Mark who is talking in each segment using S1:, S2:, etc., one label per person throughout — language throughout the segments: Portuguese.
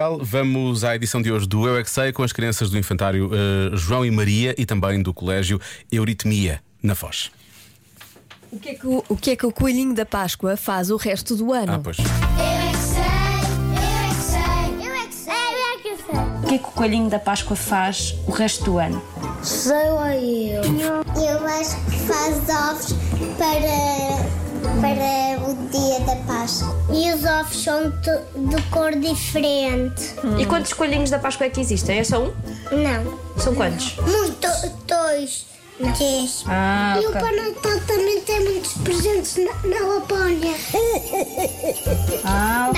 S1: Portugal. Vamos à edição de hoje do Eu é Que Sei, com as crianças do infantário eh, João e Maria e também do colégio Euritmia, na Foz.
S2: O que, é que o, o que é que o coelhinho da Páscoa faz o resto do ano?
S1: Ah, pois.
S3: Eu é que sei, eu é que sei, eu é que sei, eu é que sei.
S4: O que é que o coelhinho da Páscoa faz o resto do ano?
S3: Sei lá eu. Eu acho que faz ovos para, para o dia da Páscoa. E os ovos são de, de cor diferente.
S2: Hum.
S5: E quantos coelhinhos da Páscoa é que existem? É só um?
S3: Não.
S5: São quantos?
S3: Muito, dois. Dez.
S4: Ah,
S3: e o Pai Natal também tem muitos presentes na, na Lapónia.
S4: Ah,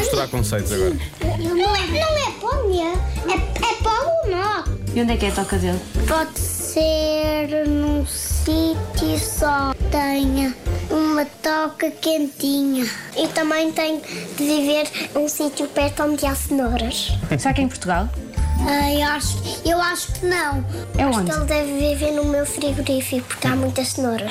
S1: Estou a dar conceitos agora.
S3: Não é, não é Pónia, é, é Polo Norte.
S4: E onde é que é a toca dele?
S3: Pode ser num sítio só. Tenha uma toca quentinha. E também tem de viver um sítio perto onde há cenouras.
S4: Será que é em Portugal?
S3: eu, acho, eu acho que não.
S4: É
S3: acho
S4: onde?
S3: que ele deve viver no meu frigorífico porque há muitas cenouras.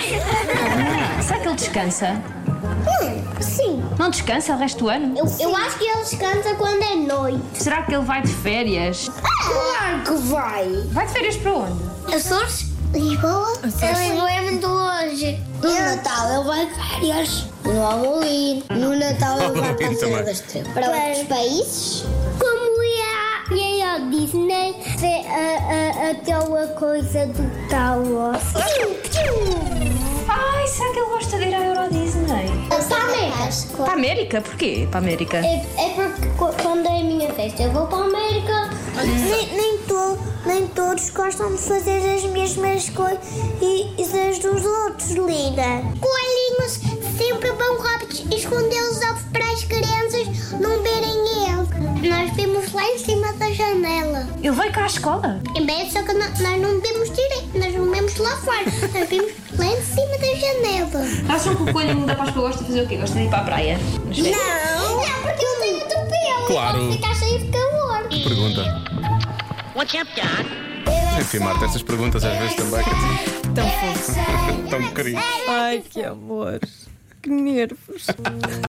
S4: Ah, será que ele descansa?
S3: Hum, sim.
S4: Não descansa o resto do ano?
S3: Eu, eu acho que eles cantam quando é noite.
S4: Será que ele vai de férias?
S3: Claro que vai.
S4: Vai de férias para onde?
S3: Açores? Lisboa? Lisboa é muito longe. No Natal ele vai de férias. No Halloween. No Natal ele
S1: vai para a Halloween Serra também. da
S3: Estrela. Para outros países? Como é ia, ia ao Disney ver a, a, aquela coisa do Star Wars.
S4: Ai, será que ele gosta de ir à Euro Disney? Para a América? Porquê? Para a América?
S3: É, é porque qu- quando é a minha festa eu vou para a América. Nem, nem, todos gostam de fazer as mesmas coisas dos outros, linda. Coelhinhos sempre vão rápidos esconder os ovos para as crianças não verem ele. Nós vimos lá em cima da janela.
S4: Ele vai cá à escola?
S3: Em vez, só que no- nós não vimos direito, nós não vimos lá fora. nós vimos lá em cima da janela.
S4: Acham que o coelhinho da Páscoa gosta de fazer o quê? Gosta de ir para a praia? Nas férias?
S3: Não! Não, porque eu tenho atropelo.
S1: Claro.
S3: Ele Fica cheio de calor.
S1: Pergunta. Enfim, Marta, essas perguntas às vezes também.
S3: Tão fofo.
S1: Tão querido.
S2: Ai, que amor. Que nervos.